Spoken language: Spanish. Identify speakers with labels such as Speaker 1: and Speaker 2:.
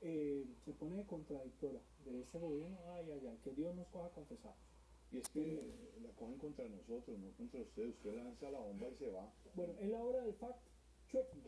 Speaker 1: eh, se pone contradictora de ese gobierno, ay, ay, ay, que Dios nos coja confesados.
Speaker 2: Y es que la cogen contra nosotros, no contra ustedes. Usted lanza la bomba y se va.
Speaker 1: Bueno, es la hora del fact checking.